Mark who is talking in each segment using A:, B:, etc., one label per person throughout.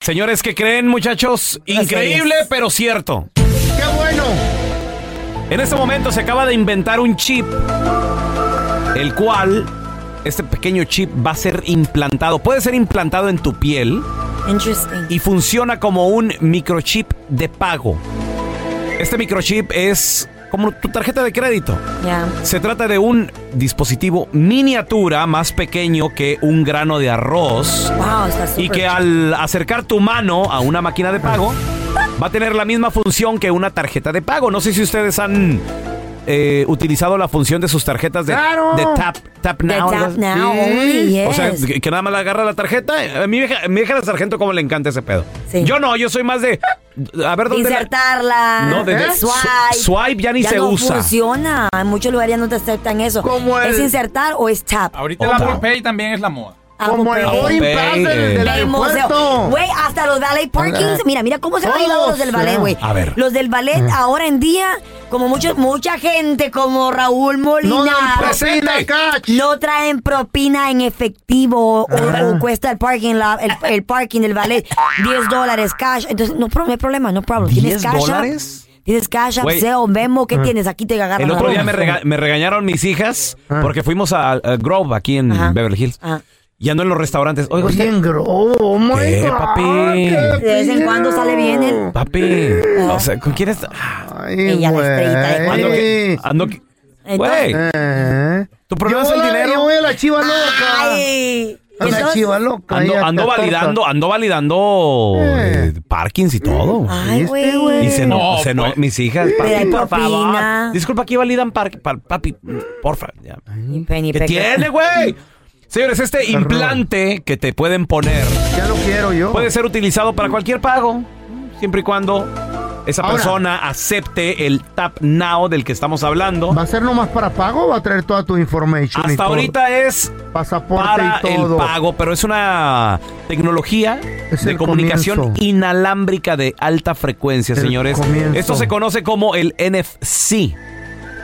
A: Señores, ¿qué creen, muchachos? Increíble, pero cierto.
B: ¡Qué bueno!
A: En este momento se acaba de inventar un chip, el cual, este pequeño chip va a ser implantado. Puede ser implantado en tu piel
C: Interesting.
A: y funciona como un microchip de pago. Este microchip es como tu tarjeta de crédito.
C: Ya.
A: Se trata de un dispositivo miniatura más pequeño que un grano de arroz
C: Wow, está súper
A: y que
C: chido.
A: al acercar tu mano a una máquina de pago va a tener la misma función que una tarjeta de pago. No sé si ustedes han eh, utilizado la función de sus tarjetas de,
B: ¡Claro!
A: de tap, tap
C: The
A: now.
C: tap
A: ¿no?
C: now only,
A: O sea,
C: yes.
A: que que nada más le agarra la tarjeta. A mi vieja, mi vieja la sargento como le encanta ese pedo.
C: Sí.
A: Yo no, yo soy más de... A ver, ¿dónde la-
C: insertarla. ¿Eh?
A: No, de- de-
C: swipe.
A: sw- swipe ya ni se
C: no
A: usa.
C: funciona. En muchos lugares ya no te aceptan eso.
B: Como el-
C: ¿Es insertar o es tap?
D: Ahorita
A: Opa.
D: el Apple Pay también es la moda.
C: Apple
B: Como el
C: Pay.
A: Apple
B: boarding pass
A: Pay,
B: del, del
A: eh.
C: Del museo.
B: aeropuerto.
C: Güey, hasta los ballet parkings. Mira, mira cómo se han
B: Todos, Ah.
C: bailado los del
B: sí.
C: ballet, güey.
A: A ver.
C: Los del ballet ahora en día, como mucho, mucha gente, como Raúl
B: No
C: Molina.
B: dan propina, Cash. Ah.
C: no traen propina en efectivo o, o cuesta el parking, la- el, el parking del ballet 10 dólares cash. Entonces, no, pro- no hay problema, no problem. ¿Tienes
A: 10
C: cash? app?
A: dólares?
C: ¿Tienes cash? app,
A: Güey.
C: Zelle, Venmo?
B: Ah.
C: ¿Qué tienes? Aquí te agarran.
A: El
C: la
A: otro día me,
C: mano.
A: rega- me regañaron mis hijas
B: Ah.
A: porque fuimos a, a Grove aquí en
C: Ajá. Ah.
A: Beverly Hills.
C: Ajá.
A: Y ando en los restaurantes. Oiga, usted,
B: Bien grobo, oh my
A: ¿Qué,
B: God,
A: papi?
B: qué
C: De vez en
B: feo.
C: cuando sale bien el...
A: papi, o sea, ¿con quién está?
B: Ay,
C: Ella, la
B: güey.
C: estrellita de
A: Ando que-
B: Eh.
A: ando que-
C: Entonces-
A: Güey, tu problema es
B: Yo
A: el
B: la- Yo
A: dinero.
B: voy a la chiva loca.
C: ¡Ay!
B: a la
C: Entonces-
B: chiva loca. ahí
A: Ando,
B: a
A: ando
B: catorce.
A: validando, ando validando
B: Eh.
A: eh, parkings y todo.
C: Ay,
B: Este,
C: güey.
A: Y se no,
D: No,
A: se no,
D: pues.
A: mis hijas, papi,
C: Pero hay
A: por
C: propina.
A: favor. Disculpa, aquí validan parque, pa- papi, porfa. ya.
C: Y Penny
A: ¿Qué
C: Pecker.
A: tiene, güey? Señores, este implante que te pueden poner
B: Ya lo quiero yo.
A: puede ser utilizado para cualquier pago, siempre y cuando esa
B: Ahora.
A: persona acepte el tap now del que estamos hablando.
B: ¿Va a ser nomás para pago o va a traer toda tu información? y
A: Hasta
B: todo?
A: ahorita es
B: Pasaporte
A: para
B: y todo.
A: el pago, pero es una tecnología
B: Es
A: de
B: el
A: comunicación
B: comienzo.
A: inalámbrica de alta frecuencia,
B: El
A: señores.
B: comienzo.
A: Esto se conoce como el NFC,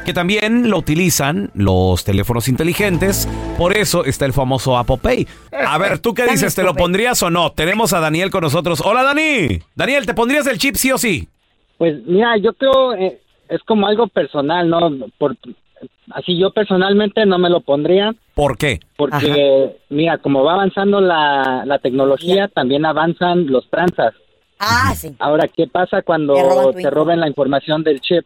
A: que también lo utilizan los teléfonos inteligentes. Por eso está el famoso Apple Pay. A ver, ¿tú qué
C: Dame
A: dices? ¿Te
C: Apple
A: lo
C: Pay.
A: pondrías o no? Tenemos a Daniel con nosotros. Hola, Dani. Daniel, ¿te pondrías el chip sí o sí?
E: Pues mira, yo creo eh, es como algo personal, ¿no? Por, así yo personalmente no me lo pondría
A: ¿Por qué?
E: porque, mira, como va avanzando la, la tecnología, también avanzan los tranzas.
C: Ah, sí.
E: Ahora, ¿qué pasa cuando
C: Te roban tu
E: te
C: info.
E: roben la información del chip?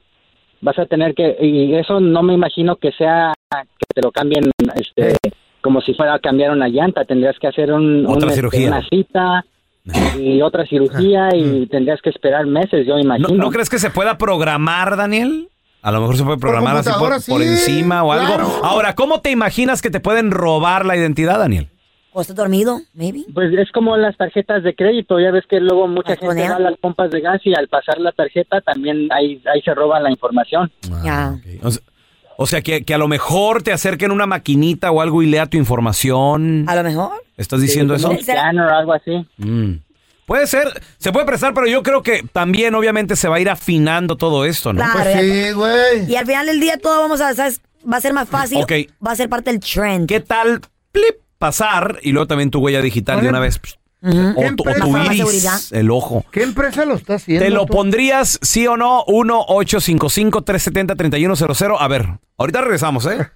E: Vas a tener que, y eso no me imagino que sea que te lo cambien este, como si fuera a cambiar una llanta, tendrías que hacer un,
A: Otra
E: un, este,
A: cirugía. Mm.
E: una cita y otra cirugía y tendrías que esperar meses, yo
A: ¿No,
E: imagino.
A: no crees que se pueda programar, Daniel? A lo mejor se puede programar así por,
B: computadora, sí,
A: por encima o algo.
B: claro.
A: Ahora, ¿cómo te imaginas que te pueden robar la identidad, Daniel?
C: ¿O estás dormido? Maybe.
E: Pues es como las tarjetas de crédito, ya ves que luego mucha
C: ¿Las
E: gente
C: clonean?
E: va a las pompas de gas y al pasar la tarjeta también ahí, ahí se roba la información.
C: Ya.
A: O sea, o sea, que, que a lo mejor te acerquen una maquinita o algo y lea tu información.
C: A lo mejor.
A: ¿Estás diciendo eso?
E: Un scanner o algo así.
A: Mm. Puede ser, se puede prestar, pero yo creo que también obviamente se va a ir afinando todo esto, ¿no?
C: Claro. ya-
B: Sí, güey.
C: Y al final del día todo vamos a, ¿sabes? Va a ser más fácil.
A: Ok.
C: Va a ser parte del trend.
A: ¿Qué tal plip, pasar y luego también tu huella digital de una vez? psh, O, tu- o
B: Empresa.
A: tu
B: Más
C: seguridad.
A: iris, el ojo.
B: ¿Qué empresa lo está haciendo?
A: ¿Te lo
B: tú?
A: pondrías sí o no? 1-855-370-3100. A ver, ahorita regresamos, ¿eh?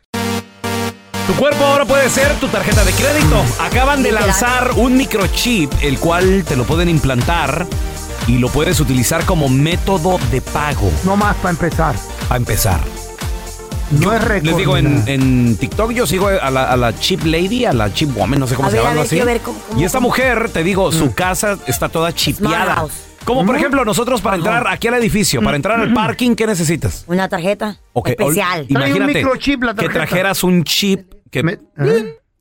A: Tu cuerpo ahora puede ser tu tarjeta de crédito. Acaban de
C: Literal.
A: lanzar un microchip, el cual te lo pueden implantar y lo puedes utilizar como método de pago.
B: No más para empezar.
A: A empezar.
B: No es
A: Les digo, en, en TikTok yo sigo a la, a la Chip Lady, a la Chip Woman, no sé cómo
C: A
A: se
C: ver,
A: llama
C: a ver,
A: así.
C: quiero ver cómo- cómo-
A: y esta
C: cómo-
A: mujer, te digo,
B: Mm.
A: su casa está toda chipeada.
C: house.
A: Como por ejemplo, nosotros para entrar aquí al edificio,
B: Mm.
A: para entrar al parking, ¿qué necesitas?
C: Una tarjeta
A: Ok, ol-
C: especial.
B: Trae un
A: Imagínate
B: microchip la
A: que
B: tarjeta.
A: trajeras un chip que
B: Me- ¿Eh? ajá.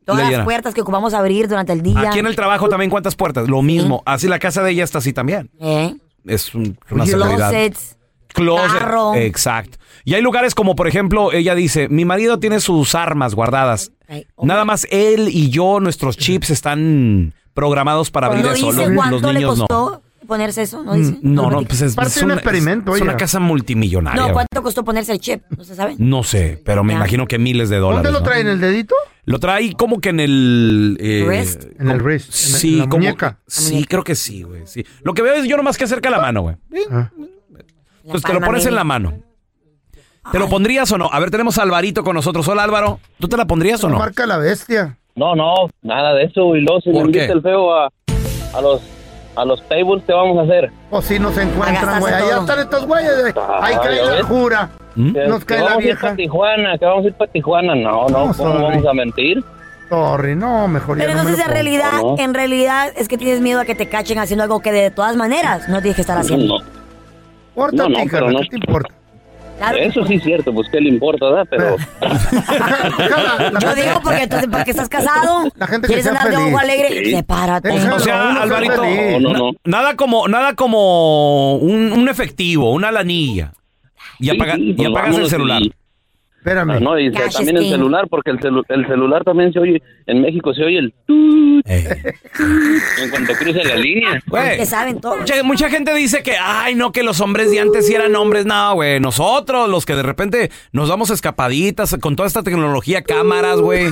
C: Todas
A: leyera.
C: las puertas que ocupamos abrir durante el día.
A: Aquí en el trabajo también cuántas puertas, lo mismo. Así la casa de ella está así también.
C: ¿Eh?
A: Es un- una seguridad.
C: Closets.
A: Closet.
C: Carro.
A: Exacto. Y hay lugares como, por ejemplo, ella dice, mi marido tiene sus armas guardadas.
C: Ay, oh.
A: Nada más él y yo, nuestros chips están programados para abrir
C: ¿No
A: eso.
C: dice
A: Los, los
C: cuánto le
A: niños no.
C: costó ponerse eso? ¿No dice?
A: No,
C: lo
A: no,
C: platica.
A: pues es,
B: Parte
A: es
B: de un
A: una,
B: experimento,
A: es una
B: oiga.
A: casa multimillonaria.
C: No,
A: güey.
C: ¿cuánto costó ponerse el chip? ¿No se sabe?
A: No sé, pero me
C: Ya.
A: imagino que miles de dólares.
B: ¿Dónde lo
A: ¿no?
B: traen? ¿El dedito?
A: Lo trae como que en el... eh,
C: Wrist.
B: En el wrist. en el-
A: Sí,
B: en la
A: como...
B: muñeca.
A: Sí,
C: muñeca.
A: creo que sí, güey. Sí. Lo que veo es yo nomás que acerca la mano, güey.
B: Ah.
A: Entonces te lo
C: palma,
A: pones en
C: baby.
A: la mano. ¿Te lo pondrías o no? A ver, tenemos a Alvarito con nosotros. Hola, Álvaro. ¿Tú te la pondrías o no?
B: Marca la bestia.
D: No, no, nada de eso, y luego si
A: ¿Por
D: le invita
A: qué?
D: el feo a, a los a los tables te vamos a hacer.
B: O si Oh, nos encuentran,
C: gastarse
B: güey. Allá
C: todo.
B: están estos güeyes. de- Ahí
D: Ah,
B: cae
D: ya
B: la
D: ves.
B: jura.
A: ¿Mm?
D: Que-
B: Nos
D: que
B: cae la
D: vamos a ir
B: vieja.
D: para Tijuana, que vamos a ir para Tijuana. No, no,
B: No,
D: ¿cómo
B: sorry.
D: vamos a mentir?
B: Torre, no, mejor ya
C: Pero
B: no me
C: entonces
B: lo
C: en
B: pongo.
C: realidad,
D: ¿no?
C: en realidad es que tienes miedo a que te cachen haciendo algo que de todas maneras no tienes que estar haciendo.
D: No,
B: Importa,
D: No, no,
B: tija,
D: pero
B: ¿qué
D: no.
B: te importa?
C: Claro.
D: eso sí es cierto, pues qué le importa, ¿verdad? Pero
B: Déjala, la
C: Yo
B: gente-
C: digo porque, entonces, porque estás casado,
B: La gente que
C: quieres
B: sea
C: andar de
B: feliz.
C: ojo alegre,
D: Sí.
C: sepárate.
B: Déjalo,
A: O
B: uno
A: sea,
B: sea
A: Alvarito,
B: feliz.
D: No, no,
A: na-
D: no.
A: nada como, nada como un, un efectivo, una lanilla.
D: Sí,
A: Y, apaga-
D: sí,
A: y
D: pues
A: apagas el
D: vámonos
A: celular.
D: y- Ah,
B: Espérame.
D: no, y
C: Cash
D: también
C: is
D: el
C: king.
D: celular, porque el, celu- el celular también se oye, en México se oye el tut
A: Eh,
D: en cuanto cruza la línea.
A: güey,
C: Que saben todo.
A: mucha, mucha gente dice que, ay, no, que los hombres de antes sí eran hombres. No, güey, nosotros, los que de repente nos damos escapaditas con toda esta tecnología, cámaras, güey,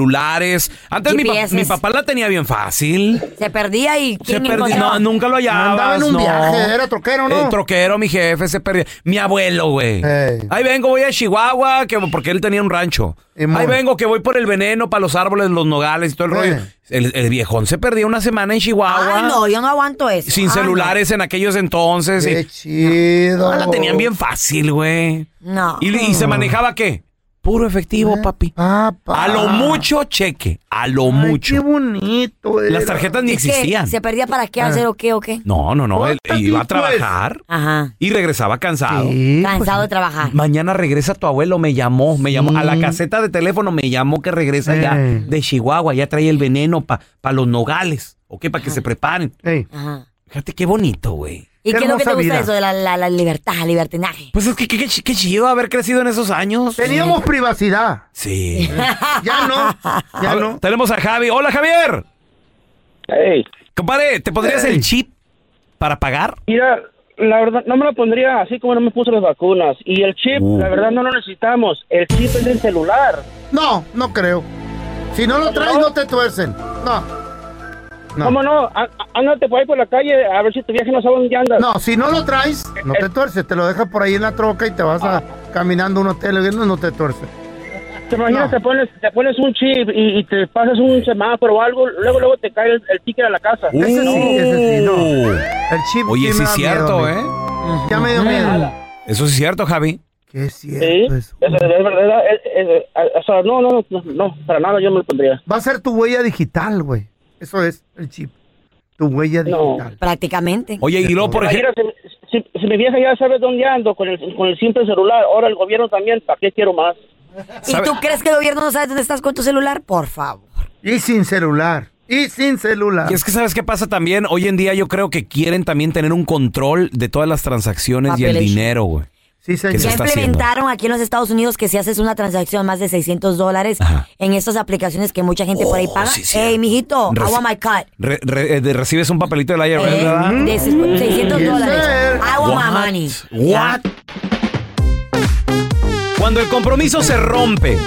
A: celulares. Antes mi, pa-
C: GPS.
A: mi papá la tenía bien fácil.
C: Se perdía y
A: Se
C: ¿quién
A: perdió,
C: encontraba?
A: no, nunca lo hallabas.
B: Andaba en un
A: no. Eh,
B: viaje, era troquero, ¿no?
A: El troquero, mi jefe, se perdió. Mi abuelo, güey.
B: Ey.
A: Ahí vengo, voy a Chihuahua, que, porque él tenía un rancho.
B: Simón.
A: Ahí vengo, que voy por el veneno para los árboles, los nogales y todo el
B: Ey.
A: rollo. El, el viejón se perdió una semana en Chihuahua.
C: Ah, no, yo no aguanto eso.
A: Sin
C: Ah,
A: celulares en aquellos entonces.
B: Qué
A: Y,
B: chido.
A: Ah, la tenían bien fácil, güey.
C: No.
A: Y, y se manejaba qué? Puro efectivo, papi.
B: Papá.
A: A lo mucho cheque. A lo
B: Eh, ah, Ay,
A: mucho.
B: Qué bonito. era.
A: Las tarjetas ni
C: Es que
A: existían.
C: ¿Se perdía para
B: Ah.
C: qué hacer o qué o qué?
A: No, no, no. Él
B: Órale,
A: iba a
B: pues.
A: trabajar
C: Ajá.
A: y regresaba cansado.
B: Sí, pues,
C: Cansado de trabajar.
A: Mañana regresa tu abuelo, me llamó, me llamó. A la caseta de teléfono me llamó que regresa ya
B: Eh.
A: de Chihuahua, ya trae el veneno para los nogales, ¿ok? Para que se preparen.
B: ey,
C: Ajá.
A: Fíjate qué bonito, güey.
C: ¿Y
B: Qué
C: qué, es lo que
B: hermosa
C: te gusta
B: vida.
C: de eso de la, la, la libertad, el libertinaje?
A: Pues es que qué que, chi- qué chido haber crecido en esos años.
B: Teníamos privacidad.
A: Sí.
B: Ya no. Ya
A: A ver,
B: no.
A: Tenemos a Javi. Hola, Javier.
D: Ey,
A: Compadre, ¿te pondrías
B: Ey.
A: el chip para pagar?
D: mira, la verdad, no me lo pondría así como no me puse las vacunas. Y el chip,
A: Uh. la
B: Mm.
D: verdad, no lo necesitamos. El chip es del celular.
B: No, no creo. Si no lo traes, no te tuercen. No. No,
D: ¿Cómo no? Á- á- Ándate por ahí por la calle a ver si tu viaje no sabe dónde andas.
B: no, si no lo traes, no
D: Eh.
B: te tuerces. Te lo dejas por ahí en la troca y te vas a caminando un hotel. No, no te tuerces.
D: ¿Te imaginas?
B: no.
D: Te, pones, te pones un chip y, y te pasas un semáforo o algo, luego luego te cae el, el ticket a la casa.
B: Ese sí, ese sí, no. El chip
A: Uh. Oye,
B: sí
A: sí
B: me
A: es
B: da
A: cierto,
B: miedo,
A: ¿eh?
B: amigo. Ya me dio miedo.
A: Eso sí es cierto, Javi.
B: Qué es
D: Sí,
B: cierto
D: es,
B: eso.
D: es verdad. es- es- a- o sea, no, no, no, no, no, para nada yo me lo pondría.
B: Va a ser tu huella digital, güey. Eso es el chip. tu huella digital.
C: Prácticamente.
A: Oye, y luego, por
D: Ay,
A: ejemplo...
D: mira, si, si- si mi vieja ya sabe dónde ando con el, con el simple celular, ahora el gobierno también, ¿para qué quiero más?
C: ¿Y tú crees que el gobierno no sabe dónde estás con tu celular? Por favor.
B: Y sin celular. Y sin celular.
A: Y es que sabes qué pasa también, hoy en día yo creo que quieren también tener un control de todas las transacciones y el
C: Papeles.
A: dinero, güey.
B: Sí, señor.
A: se
C: Ya
A: está
C: implementaron aquí en los Estados Unidos que si haces una transacción más de 600 dólares
A: Ajá.
C: en estas aplicaciones que mucha gente por ahí
A: Oh,
C: paga,
A: sí, sí.
C: hey, mijito, I
A: Reci-
C: want my cut.
A: Re- re- eh, de- recibes un papelito del IRS,
C: Eh,
A: ¿verdad?
C: de seis- 600
B: Yes,
C: dólares.
B: sir.
C: I want my
A: What?
C: money.
A: What? Cuando el compromiso se rompe,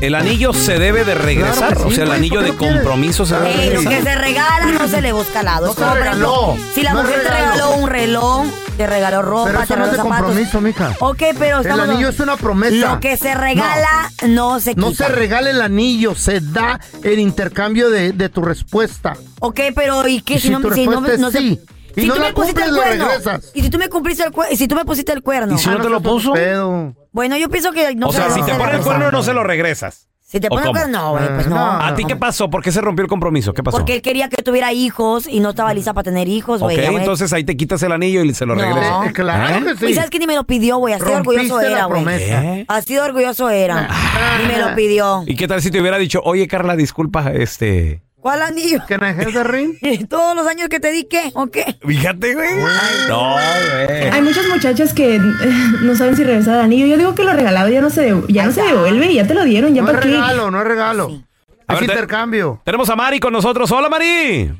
A: el anillo se debe de regresar.
B: Claro que sí,
A: o sea, el
B: güey,
A: anillo
B: ¿por qué
A: de
B: no quieres?
A: compromiso se
B: Ah,
A: debe de
C: Ey, lo que
A: regresar.
C: se regala no se le busca lado.
B: No
C: Es
B: se
C: como, por
B: regaló,
C: ejemplo, Si la
B: no es
C: mujer te
B: regalo.
C: regaló un reloj, te regaló ropa,
B: Pero
C: te
B: eso no
C: regaló
B: es de
C: zapatos.
B: compromiso, mija.
C: Ok, pero
B: El
C: estamos-
B: anillo es una promesa.
C: Lo que se regala no, se quita.
B: No se regala el anillo, se da el intercambio de, de tu respuesta.
C: Ok, pero ¿y qué
B: Y
C: si,
B: si
C: no,
B: tu
C: si no,
B: respuesta
C: no
B: es
C: se-
B: sí, y
C: si
B: no
C: tú
B: la
C: me pusiste el
B: cumples, la
C: cuerno.
B: regresas.
C: Y si tú me cumpliste el cuerno, y si tú me pusiste el cuerno. Ah,
A: ¿Y si no te lo puso?
B: Pero,
C: Bueno, yo pienso que no
A: o
C: se
A: sea,
C: lo
A: si te
C: debe
A: pone el
C: regresar.
A: cuerno, no se lo regresas.
C: Si te
A: ¿O
C: pone el
A: cómo?
C: cuerno, no, güey, pues
B: Eh,
C: no.
B: no.
A: ¿A ti qué pasó? ¿Por qué se rompió el compromiso? ¿Qué pasó?
C: Porque él quería que tuviera hijos y no estaba lista para tener hijos,
A: ok,
C: pues, güey. ya, güey.
A: entonces ahí te quitas el anillo y se lo
C: No.
A: regresas.
B: Eh, claro que sí.
C: Y sabes que ni me lo pidió, güey. Así de orgulloso
B: Rompiste
C: era,
B: la
C: güey.
B: promesa. Ah.
A: ¿Eh?
C: Así de orgulloso era. Ni me lo pidió.
A: ¿Y qué tal si te hubiera dicho, oye, Carla, disculpa, este...
C: ¿Cuál anillo?
B: ¿Que no es de ring?
C: ¿Todos los años que te di qué? ¿O qué?
A: Fíjate, güey. No, güey.
F: Hay muchas muchachas que eh, no saben si regresar al anillo. Yo digo que lo regalado ya no se, devu- ya no se devuelve, ya te lo dieron, ya
B: No es
F: para qué.
B: regalo, no es regalo.
A: A
B: Es
A: ver, te-
B: intercambio.
A: Tenemos a Mari con nosotros. Hola, Mari.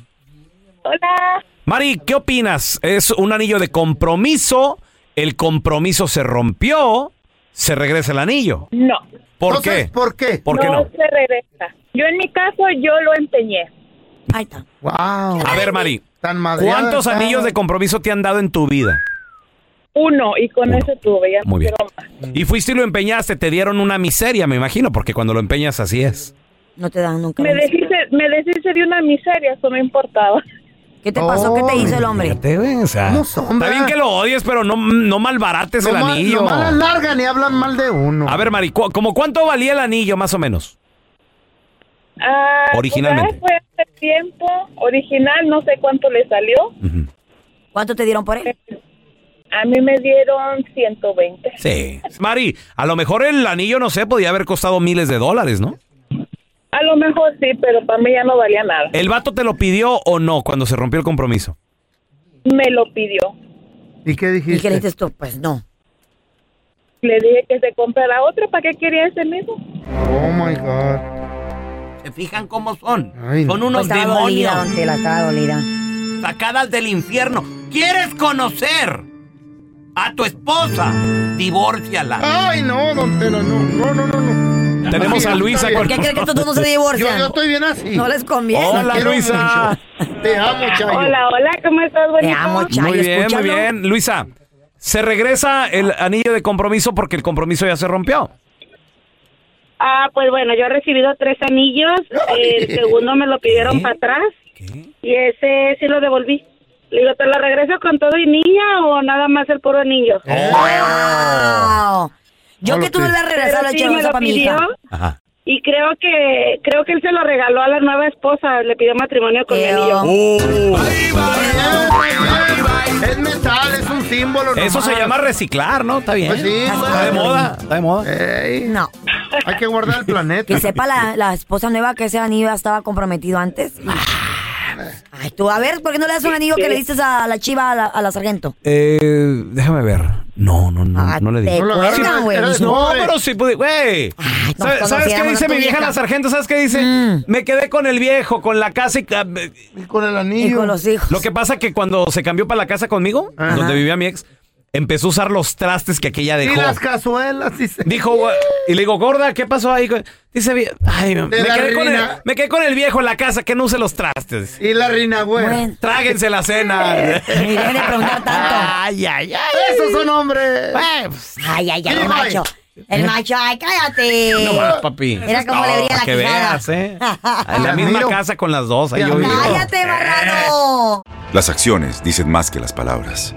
G: Hola.
A: Mari, ¿qué opinas? ¿Es un anillo de compromiso? ¿El compromiso se rompió? ¿Se regresa el anillo?
G: No,
A: ¿Por
B: Entonces,
A: qué?
B: ¿Por qué?
A: ¿Por qué no?
G: se regresa. Yo en mi caso, yo lo empeñé.
C: Ahí está.
B: Wow.
A: A ver, Mari,
B: Tan madreada
A: ¿cuántos
B: está.
A: anillos de compromiso te han dado en tu vida?
G: Uno, y con
A: Uno.
G: eso tuve. Ya no
A: Muy bien.
G: quiero más.
A: Y fuiste y lo empeñaste, te dieron una miseria, me imagino, porque cuando lo empeñas así es.
C: No te dan nunca.
G: Me
C: más.
G: deshice, me deshice de una miseria, eso no importaba.
C: ¿Qué te pasó? ¿Qué te hizo el hombre?
A: Fíjate, güey, o sea,
B: No son,
A: está bien
B: ¿verdad?
A: que lo odies, pero no, no malbarates Este el
B: Nomás-
A: anillo.
B: nomás las largan y hablan mal de uno.
A: A ver, Mari, ¿cu- ¿cómo cuánto valía el anillo, más o menos?
G: Ah,
A: Originalmente.
G: ya Fue hace tiempo, original, no sé cuánto le salió.
A: Ujú.
C: ¿Cuánto te dieron por él?
G: A mí me dieron 120.
A: Sí. Mari, a lo mejor el anillo, no sé, podía haber costado miles de dólares, ¿no?
G: A lo mejor sí, pero para mí ya no valía nada.
A: ¿El vato te lo pidió o no cuando se rompió el compromiso?
G: Me lo pidió.
B: ¿Y qué dijiste?
C: ¿Y qué le dices tú? Pues no.
G: Le dije que se comprara otro, ¿para qué quería ese mismo?
B: Oh my God.
A: ¿Se fijan cómo son?
B: Ay, Son no.
C: Pues estaba dolida, don Tela, estaba dolida.
A: sacadas del infierno. ¿Quieres conocer a tu esposa? Divórciala.
B: Ay, no, don Tela, no, no, no, no, no.
A: Tenemos
B: Así
A: a
B: no está
A: Luisa.
B: bien.
C: ¿Por qué crees que estos dos no se
B: Yo,
C: divorcian?
B: yo estoy bien así.
C: No les conviene.
A: Hola,
B: Quiero
A: Luisa.
B: mucho. Te amo, Chayo.
G: Hola, hola, ¿cómo estás, bonito?
C: Te amo, Chayo,
A: Muy bien, muy
C: escúchalo.
A: bien. Luisa, se regresa el anillo de compromiso porque el compromiso ya se rompió.
G: Ah, pues bueno, yo he recibido tres anillos. El segundo me lo pidieron
A: ¿Qué?
G: para atrás y ese sí lo devolví. Le digo, ¿te lo regreso con todo y niña o nada más el puro anillo?
C: Wow. ¡Oh! Yo
B: No
C: que
B: lo
C: tú no
B: sé.
C: le has
G: Pero
C: regresado la
G: sí me
C: charosa
G: lo
C: para mi
G: pidió
C: hija.
A: Ajá.
G: y creo que creo que él se lo regaló a la nueva esposa. Le pidió matrimonio con mi
C: Qué
G: anillo.
B: Es metal, es un símbolo.
A: Eso
B: nomás.
A: se llama reciclar, ¿no? Está bien.
B: Pues sí,
A: está de
B: bueno.
A: moda. Está de moda.
B: Ey,
C: No.
B: Hay que guardar el planeta.
C: Que sepa la, la esposa nueva que ese anillo ya estaba comprometido antes.
A: Ah.
C: Ay, tú, a ver, ¿por qué no le das un anillo que le diste a la chiva, a la, a la sargento?
A: Eh, déjame ver. No, no, no,
C: Ah,
A: no le
C: te
A: digo.
B: No lo agarres,
C: cuelgan, güey.
B: era de-
A: No,
B: Pobre.
A: pero sí pude, güey.
C: Ay, no,
A: ¿Sabes,
C: cuando
A: sabes qué
C: queramos
A: dice
C: a tu
A: mi vieja la
C: vieja.
A: sargento? ¿Sabes qué dice?
C: Mm.
A: Me quedé con el viejo, con la casa y... ca- eh,
B: Y con el
C: Y
B: anillo.
C: con los hijos.
A: Lo que pasa que cuando se cambió para la casa conmigo,
B: Ajá.
A: donde vivía mi ex, empezó a usar los trastes que aquella
B: Y
A: dejó.
B: las cazuelas. Y se...
A: Dijo, güey, y le digo, gorda, ¿qué pasó ahí? Dice, vie- ay, me
B: la
A: quedé, con el,
B: reina.
A: me quedé con el viejo en la casa que no use los trastes.
B: Y la rinagüera.
C: Bueno,
A: Tráguense la cena.
C: ni dejen de preguntar tanto.
A: Ay, ay, ay.
B: Esos son hombres.
A: Eh, pues,
C: Ay, ay, ay,
B: Sí,
C: el
B: güey.
C: macho. El macho, ay, cállate.
A: No más, papi.
C: Mira cómo Eh, le brilla la
A: para que
C: quijada. Ah.
A: veas, ¿eh? En la
B: Te
A: misma
B: admiro.
A: casa con las dos. Ahí
B: Te
A: yo vivo.
B: admiro.
C: Cállate, marrano.
H: Las acciones dicen más que las palabras.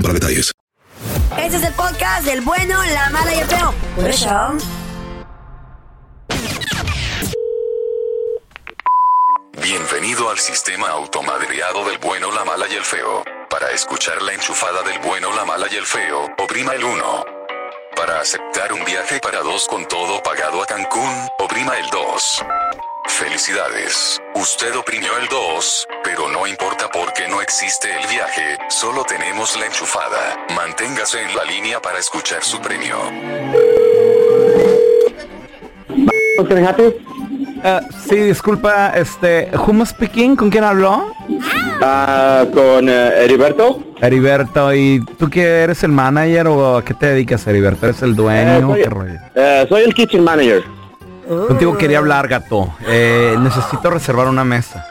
I: para detalles.
A: Eh.
C: Este es el podcast del bueno, la mala y el feo. Por eso.
J: Bienvenido al sistema automadreado del bueno, la mala y el feo. Para escuchar la enchufada del bueno, la mala y el feo, oprima el 1. Para aceptar un viaje para dos con todo pagado a Cancún, oprima el 2. Felicidades, usted oprimió el 2, pero no importa porque no existe el viaje, solo tenemos la enchufada. Manténgase en la línea para escuchar su premio.
A: Eh,
K: Ah, sí, disculpa, este, ¿Humo speaking? ¿Con quién habló?
L: Ah, con eh, Heriberto.
K: Heriberto, ¿y tú qué eres el manager o a qué te dedicas, Heriberto? ¿Eres el
L: Eh,
K: dueño?
L: soy-
K: ¿Qué rollo?
L: Eh, soy el kitchen manager.
K: Contigo quería hablar, gato.
L: Oh,
K: Eh, necesito reservar una mesa.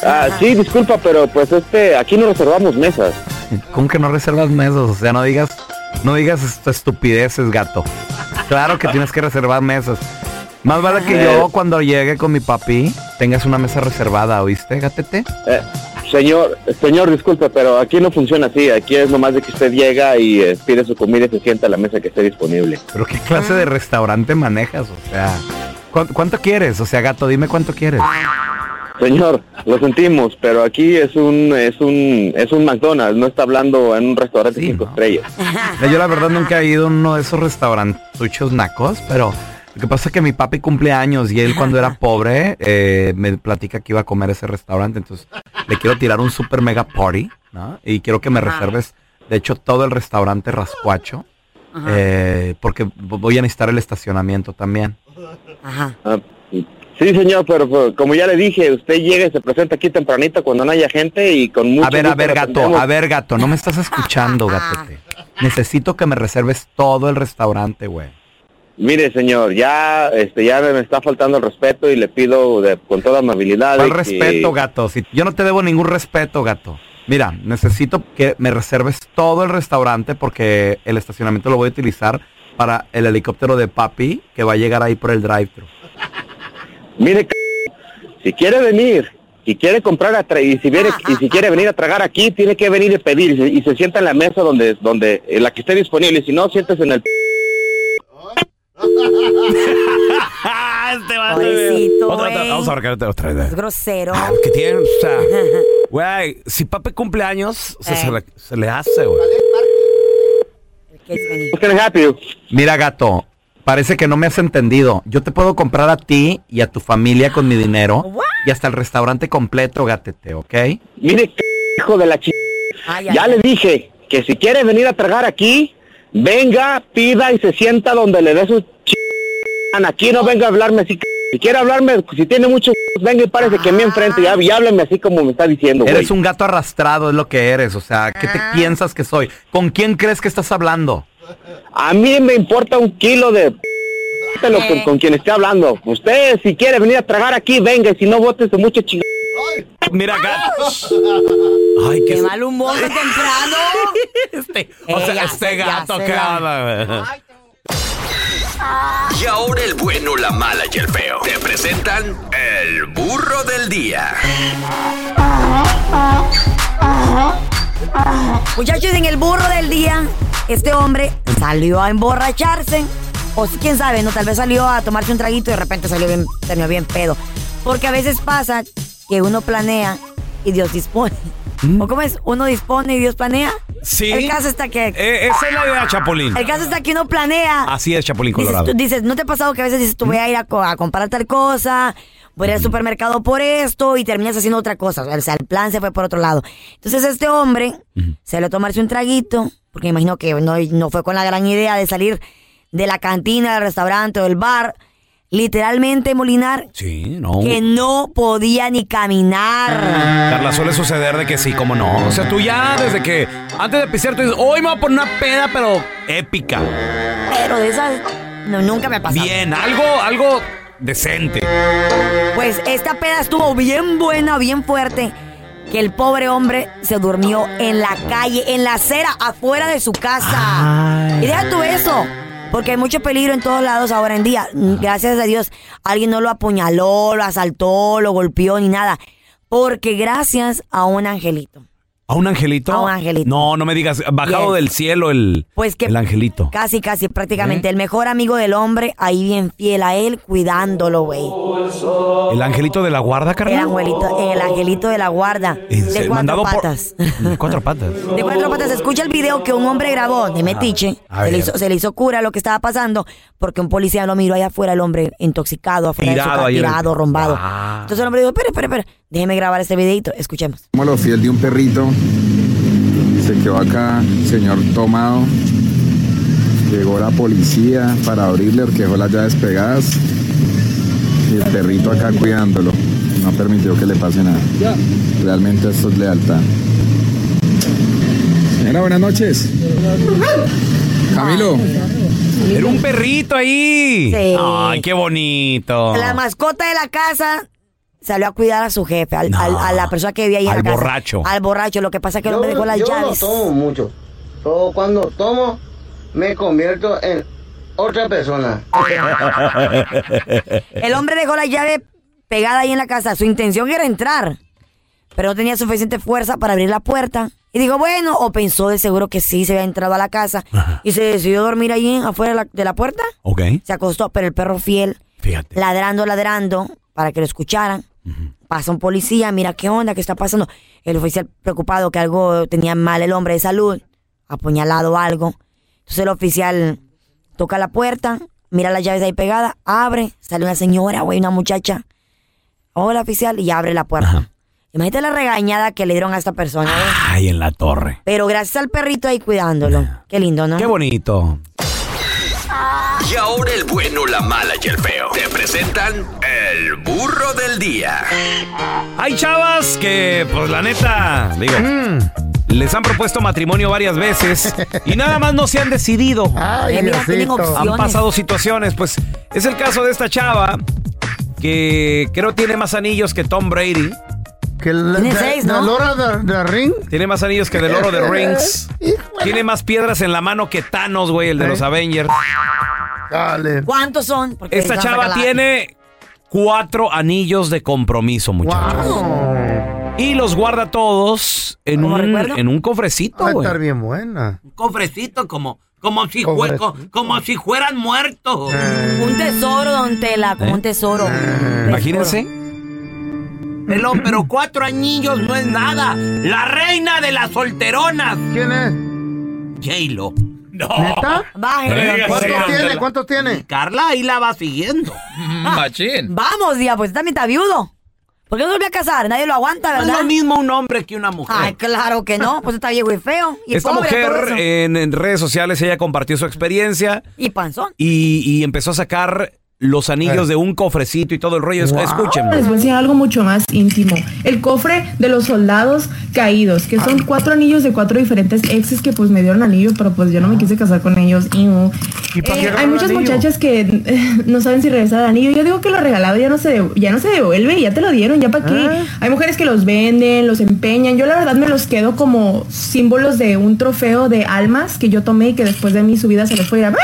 L: Ah, sí, disculpa, pero pues este, aquí no reservamos mesas.
K: ¿Cómo que no reservas mesas? O sea, no digas, no digas est- estupideces, gato. Claro que tienes que reservar mesas. Más vale que yo cuando llegue con mi papi tengas una mesa reservada, ¿oíste, gatete?
L: Eh, señor, señor, disculpa, pero aquí no funciona así. Aquí es nomás de que usted llega y eh, pide su comida y se sienta a la mesa que esté disponible.
K: Pero qué clase de restaurante manejas, o sea. ¿cuán- ¿Cuánto quieres? O sea, gato, dime cuánto quieres.
L: Señor, lo sentimos, pero aquí es un es un es un McDonald's. No está hablando en un restaurante cinco estrellas.
K: Mira, Yo la verdad nunca he ido a uno de esos restaurantuchos nacos, pero lo que pasa es que mi papi cumple años y él cuando era pobre eh, me platica que iba a comer a ese restaurante, entonces le quiero tirar un super mega party, ¿no? Y quiero que me
M: Ajá.
K: reserves, de hecho, todo el restaurante rascuacho,
M: Ajá.
K: eh, porque vo- voy a necesitar el estacionamiento también.
L: Ah, sí, señor, pero, pero como ya le dije, usted llega y se presenta aquí tempranito cuando no haya gente y con mucho
K: A ver, a
L: gusto
K: ver,
L: le
K: gato,
L: atendemos.
K: a ver, gato, no me estás escuchando, gatete. Necesito que me reserves todo el restaurante, güey.
L: Mire, señor, ya este ya me está faltando el respeto y le pido de- con toda amabilidad.
K: ¿Cuál
L: de que-
K: respeto, gato? Si yo no te debo ningún respeto, gato. Mira, necesito que me reserves todo el restaurante porque el estacionamiento lo voy a utilizar para el helicóptero de papi que va a llegar ahí por el drive-thru.
L: Mire, c- si quiere venir, si quiere comprar a tra- y si viene y si quiere venir a tragar aquí, tiene que venir y pedir y se, y se sienta en la mesa donde donde en la que esté disponible. Y si no, siéntese en el.
C: Pobrecito,
A: Este Otra, otra,
C: güey.
A: vamos a marcarte otra vez.
C: Es grosero.
A: Que tiene, o sea, güey, si papi cumpleaños, se,
C: Eh.
A: se le, se le hace, güey.
K: Mira, gato, parece que no me has entendido. Yo te puedo comprar a ti y a tu familia con mi dinero y hasta el restaurante completo, gatete, ¿ok?
L: Mire, c- hijo de la chica. Ah, Ya le dije que si quiere venir a tragar aquí, venga, pida y se sienta donde le dé su ch... Aquí no venga a hablarme así. c- Si quiere hablarme, si tiene mucho, c- venga y parece que a mí enfrente y, hab- y hábleme así como me está diciendo, güey.
K: Eres un gato arrastrado, es lo que eres. O sea, ¿qué te piensas que soy? ¿Con quién crees que estás hablando?
L: A mí me importa un kilo de... p- de lo que- con quien esté hablando. Usted, si quiere venir a tragar aquí, venga. Y si no, bótese mucho ching...
A: Mira, gato.
C: Ay, qué, mal humor de temprano.
A: este O sea, este gato acaba, güey.
M: Y ahora el bueno, la mala y el feo te presentan el burro del día.
C: Muchachos, en el burro del día, este hombre salió a emborracharse. O si- quién sabe, ¿no? Tal vez salió a tomarse un traguito y de repente salió bien, terminó bien pedo. Porque a veces pasa que uno planea y Dios dispone. ¿O cómo es? ¿Uno dispone y Dios planea?
A: Mm. Sí.
C: El caso está que...
A: Eh, esa es la idea, Chapulín.
C: El caso está que uno planea
A: Así es, Chapulín Colorado.
C: Tú dices, ¿no te ha pasado que a veces dices, tú voy a ir a, co- a comprar tal cosa, voy a ir al supermercado por esto y terminas haciendo otra cosa? O sea, el plan se fue por otro lado. Entonces este hombre se le tomarse un traguito, porque me imagino que no, no fue con la gran idea de salir de la cantina, del restaurante o del bar, literalmente Molinar,
A: Sí, no.
C: que no podía ni caminar.
A: Carla, suele suceder de que sí, como no. O sea, tú ya desde que antes de pisear, tú dices, hoy me voy a poner una peda, pero épica.
C: Pero de esas no, nunca me ha pasado.
A: Bien, algo, algo decente.
C: Pues esta peda estuvo bien buena, bien fuerte, que el pobre hombre se durmió en la calle, en la acera, afuera de su casa. Y deja tú eso, porque hay mucho peligro en todos lados ahora en día. Gracias a Dios, alguien no lo apuñaló, lo asaltó, lo golpeó, ni nada. Porque gracias a un angelito.
A: ¿A un angelito?
C: A un angelito.
A: No, no me digas, bajado
C: Bien.
A: del cielo el,
C: Pues que
A: el angelito.
C: Casi, casi,
A: ¿Eh?
C: prácticamente el mejor amigo del hombre, ahí bien fiel a él, cuidándolo, güey.
A: ¿El angelito de la guarda,
C: El
A: Carla?
C: angelito, el angelito de la guarda.
A: ¿En
C: De
A: serio?
C: cuatro
A: Mandado por-
C: patas.
A: De cuatro patas.
C: De cuatro patas, escucha el video que un hombre grabó de Metiche.
A: A
C: Se le,
A: ver.
C: hizo, se le hizo cura lo que estaba pasando porque un policía lo miró allá afuera, el hombre intoxicado, afuera de su
N: Tirado
C: casa,
N: ahí en el-
C: tirado, rombado.
N: Ah.
C: Entonces el hombre dijo, espera, espera, espera, déjeme grabar este videito, escuchemos.
N: Lo fiel de un perrito. Se quedó acá, señor tomado. Llegó la policía para abrirle, porque dejó las llaves pegadas. Y el perrito acá cuidándolo. No permitió que le pase nada. Realmente esto es lealtad. Señora, buenas noches. Camilo.
A: Era un perrito ahí. Ay, qué
N: Ah.
A: bonito.
C: La mascota de la casa salió a cuidar a su jefe, al- al- a la persona que vivía ahí en
A: Al
C: la casa.
A: borracho.
C: Al borracho, lo que pasa es que el
O: yo,
C: hombre dejó las
O: yo
C: llaves.
O: no tomo mucho. Pero cuando tomo, me convierto en otra persona.
C: El hombre dejó la llave pegada ahí en la casa. Su intención era entrar, pero no tenía suficiente fuerza para abrir la puerta. Y dijo, bueno, o pensó de seguro que sí se había entrado a la casa. Y se decidió dormir ahí afuera de la, de la puerta.
A: Ok.
C: Se acostó, pero el perro fiel, ladrando, ladrando, para que lo escucharan. Pasa un policía, mira qué onda, qué está pasando. El oficial preocupado que algo tenía mal el hombre de salud, apuñalado algo. Entonces el oficial toca la puerta, mira las llaves ahí pegadas, abre, sale una señora, güey, una muchacha. Hola, oficial, y abre la puerta. Imagínate la regañada que le dieron a esta persona, güey.
A: Ay, en la torre.
C: Pero gracias al perrito ahí cuidándolo. Qué lindo, ¿no?
A: Qué bonito.
M: Y ahora el bueno, la mala y el feo te presentan el burro del día.
A: Hay chavas que, pues la neta, digo,
B: Mm.
A: les han propuesto matrimonio varias veces y nada más no se han decidido.
B: Ay, Eh, mira, Diosito. tienen opciones.
A: Han pasado situaciones, pues es el caso de esta chava que creo tiene más anillos que Tom Brady.
B: Que el,
A: Tiene
B: de-
A: seis, ¿no?
B: de Lora de, de Ring.
A: Tiene más anillos que del oro de Rings. Tiene más piedras en la mano que Thanos, güey, el de
B: Eh.
A: los Avengers.
C: ¿Cuántos son? Porque
A: Esta
C: están
A: chava
C: acá la-
A: tiene cuatro anillos de compromiso, muchachos. Y los guarda todos en
B: ¿Como
A: un,
B: recuerdo?
A: en un cofrecito,
B: Va a
A: güey.
B: estar bien buena.
A: cofrecito como como si
B: fue- co-
A: como si fueran muertos.
B: Ah.
C: Un tesoro, don Tela,
A: ¿Eh?
C: como un tesoro.
A: Ah. Imagínense.
P: Pelón, pero cuatro anillos no es nada. La reina de las solteronas.
B: ¿Quién es?
P: J-Lo. No.
B: ¿Neta?
P: Bájale, No digas
B: ¿Cuántos
P: eso,
B: tiene?
P: Ángela.
B: ¿Cuántos tiene?
P: Carla ahí la va siguiendo.
A: Mm. Machín.
C: Vamos, día, pues también está viudo. ¿Por qué no se volvió a casar? Nadie lo aguanta, ¿verdad?
P: es lo mismo un hombre que una mujer.
C: Ay, claro que no, pues está viejo y feo. Y
A: Esta
C: pobre, todo
A: mujer
C: eso.
A: en, en redes sociales ella compartió su experiencia
C: Y panzón.
A: y, y empezó a sacar los
B: Eh.
A: anillos de un cofrecito y todo el rollo. Es- Escúchenme.
F: Les voy a enseñar algo mucho más íntimo. El cofre de los soldados caídos, que son cuatro anillos de cuatro diferentes exes que pues me dieron anillo, pero pues yo no me quise casar con ellos. Y, no.
Q: para
F: Eh,
Q: qué agarrar
F: hay muchas
Q: anillo?
F: muchachas que eh, no saben si regresar el anillo. Yo digo que lo regalado ya no se, de- ya no se devuelve, ya te lo dieron, ya para qué. Hay mujeres que los venden, los empeñan. Yo la verdad me los quedo como símbolos de un trofeo de almas que yo tomé y que después de mi subida se les fue y era, "¡Ah!".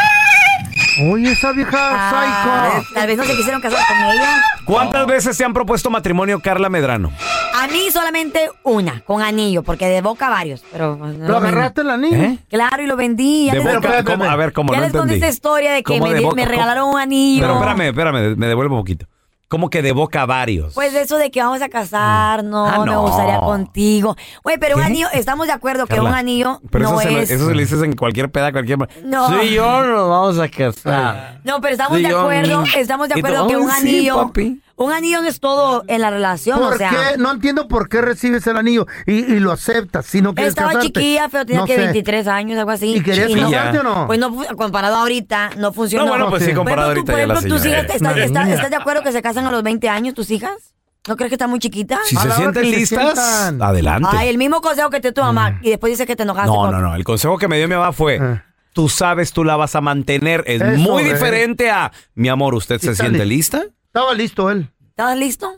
B: Oye, esa vieja
C: Ah, Tal vez no se quisieron casar con ella.
A: ¿Cuántas veces te han propuesto matrimonio Carla Medrano?
C: A mí solamente una, con anillo, porque de boca varios. Pero pues, no
A: ¿Lo
C: mismo.
A: agarraste el anillo? ¿Eh?
C: Claro, y lo vendí. Ya
A: De
C: les-
A: boca, ¿cómo? A ver, ¿cómo?
C: Ya
A: No
C: les conté
A: entendí.
C: esta historia de que
A: ¿Cómo
C: me,
A: de
C: di-
A: boca?
C: me
A: ¿Cómo?
C: regalaron un anillo.
A: Pero espérame, espérame, me devuelvo un poquito. ¿Cómo que de boca a varios?
C: Pues de eso de que vamos a casarnos,
A: Ah,
C: me
A: no.
C: gustaría contigo. Güey, pero un anillo, estamos de acuerdo que
A: Carla,
C: un anillo
A: Pero
C: no
A: eso, se lo-
C: es.
A: eso se lo dices en cualquier peda, cualquier...
C: No. Ah.
A: Sí, yo nos vamos a casar.
C: No, pero estamos
A: Sí,
C: de
A: yo-
C: acuerdo, estamos de
A: Y tú,
C: acuerdo que
A: "Ay,
C: un
A: sí,
C: anillo.
A: papi".
C: Un anillo no es todo en la relación,
B: ¿Por
C: o sea.
B: qué? No entiendo por qué recibes el anillo y, y lo aceptas si no quieres
C: Estaba
B: casarte.
C: chiquilla, pero tenía
B: No
C: que
B: sé.
C: 23 años, algo así.
B: ¿Y querías
C: no-
B: casarte o no?
C: Pues no, fu- comparado ahorita, no funcionó.
A: No, bueno, pues sí, comparado
C: Pero tú,
A: ahorita ya la
C: Por ejemplo, tus
A: señora.
C: hijas, ¿estás,
A: Una
C: estás-
A: niña.
C: estás de acuerdo que se casan a los 20 años, tus hijas? ¿No crees que están muy chiquitas?
A: Ah. Si se sienten listas, adelante.
C: Ay, el mismo consejo que te dio tu mamá y después dice que te enojaste.
A: No,
C: con-
A: no, no. El consejo que me dio mi mamá fue:
C: Ah.
A: tú sabes, tú la vas a mantener. Es
B: Eso,
A: muy
B: eh.
A: diferente a mi amor, ¿usted se
B: está
A: siente
B: listo.
A: lista?
B: Estaba listo él.
C: ¿Estabas listo?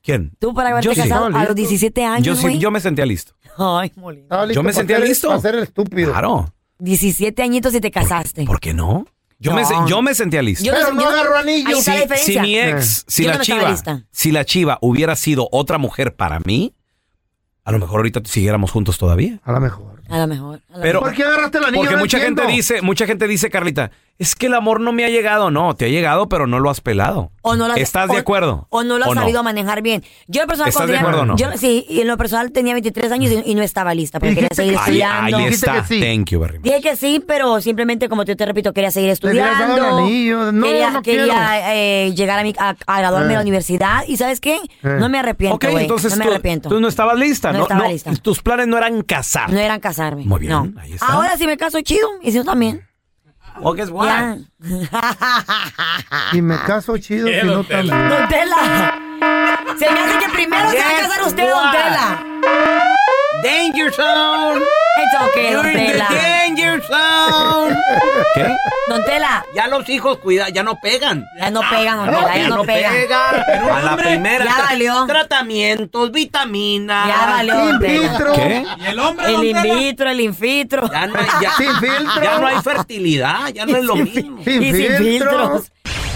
A: ¿Quién?
C: Tú para haberte
A: Yo sí.
C: casado
A: Estaba
C: a los
A: listo.
C: 17
A: yo,
C: años,
A: sí-
C: güey.
A: yo me sentía listo.
C: Ay, Molina.
A: Yo me sentía listo. estúpido. Claro.
C: 17 añitos y te casaste.
A: ¿Por qué no? Yo, Me,
C: No.
A: se- yo me sentía listo.
C: Yo no- Pero no yo no- agarró anillo. ahí está la
A: Si- Si,
C: diferencia.
A: mi
C: Eh.
A: ex, si
C: Yo
A: la
C: no estaba
A: chiva,
C: lista.
A: si la chiva hubiera sido otra mujer para mí, a lo mejor ahorita siguiéramos juntos todavía.
B: A lo mejor.
C: A lo mejor. a lo
A: Pero-
C: mejor.
B: ¿Por qué agarraste el anillo?
A: Porque
B: No
A: mucha
B: entiendo.
A: gente dice, mucha gente dice, Carlita, es que el amor no me ha llegado. No, te ha llegado, pero no lo has pelado.
C: O no lo has-
A: ¿Estás de
C: o-
A: acuerdo?
C: O no lo has sabido manejar bien. Yo en lo personal
A: ¿Estás
C: cuando
A: de
C: tenía-
A: acuerdo o no?
C: yo- sí, y en lo personal tenía 23 años y, y no estaba lista porque quería seguir
A: Ahí,
C: estudiando.
A: ahí está. Thank you, Barry.
C: Dije que sí, pero simplemente como yo te repito, quería seguir
B: hubieras dado
C: estudiando.
B: el anillo. No,
C: quería
B: no
C: quería,
B: quiero.
C: eh, llegar a, mi, a, a graduarme de
A: Eh.
C: la universidad y ¿sabes qué?
A: Eh.
C: No me arrepiento,
A: Ok,
C: güey.
A: entonces
C: no me
A: tú,
C: arrepiento.
A: tú no estabas lista.
C: No
A: No,
C: estaba
A: No,
C: lista.
A: Tus planes no eran casar.
C: No eran casarme.
A: Muy bien,
C: no.
A: ahí está.
C: Ahora si me caso chido y si no también.
A: Oh, guess what?
C: Ya.
B: Y me caso chido si no tan...
C: Don Tela. Se me hace que primero se va a casar usted, Don
P: what?
C: Tela.
P: Danger zone.
C: It's okay, Don
P: You're in the
C: Tela.
P: danger zone.
A: ¿Qué?
C: Don Tela.
P: Ya los hijos, cuida, ya no pegan.
C: Ya no pegan, don Tela, ya no pegan.
P: Pero,
C: A la
P: hombre,
C: primera. Ya
P: tra-
C: valió.
P: Tratamientos, vitaminas.
C: Ya valió, don Tela.
P: ¿Qué? ¿Y el hombre,
C: El
P: don
C: in
P: Tela?
C: vitro, el infitro.
P: Ya no, hay- ya, ya no hay fertilidad, ya no es lo mismo.
C: y sin filtros.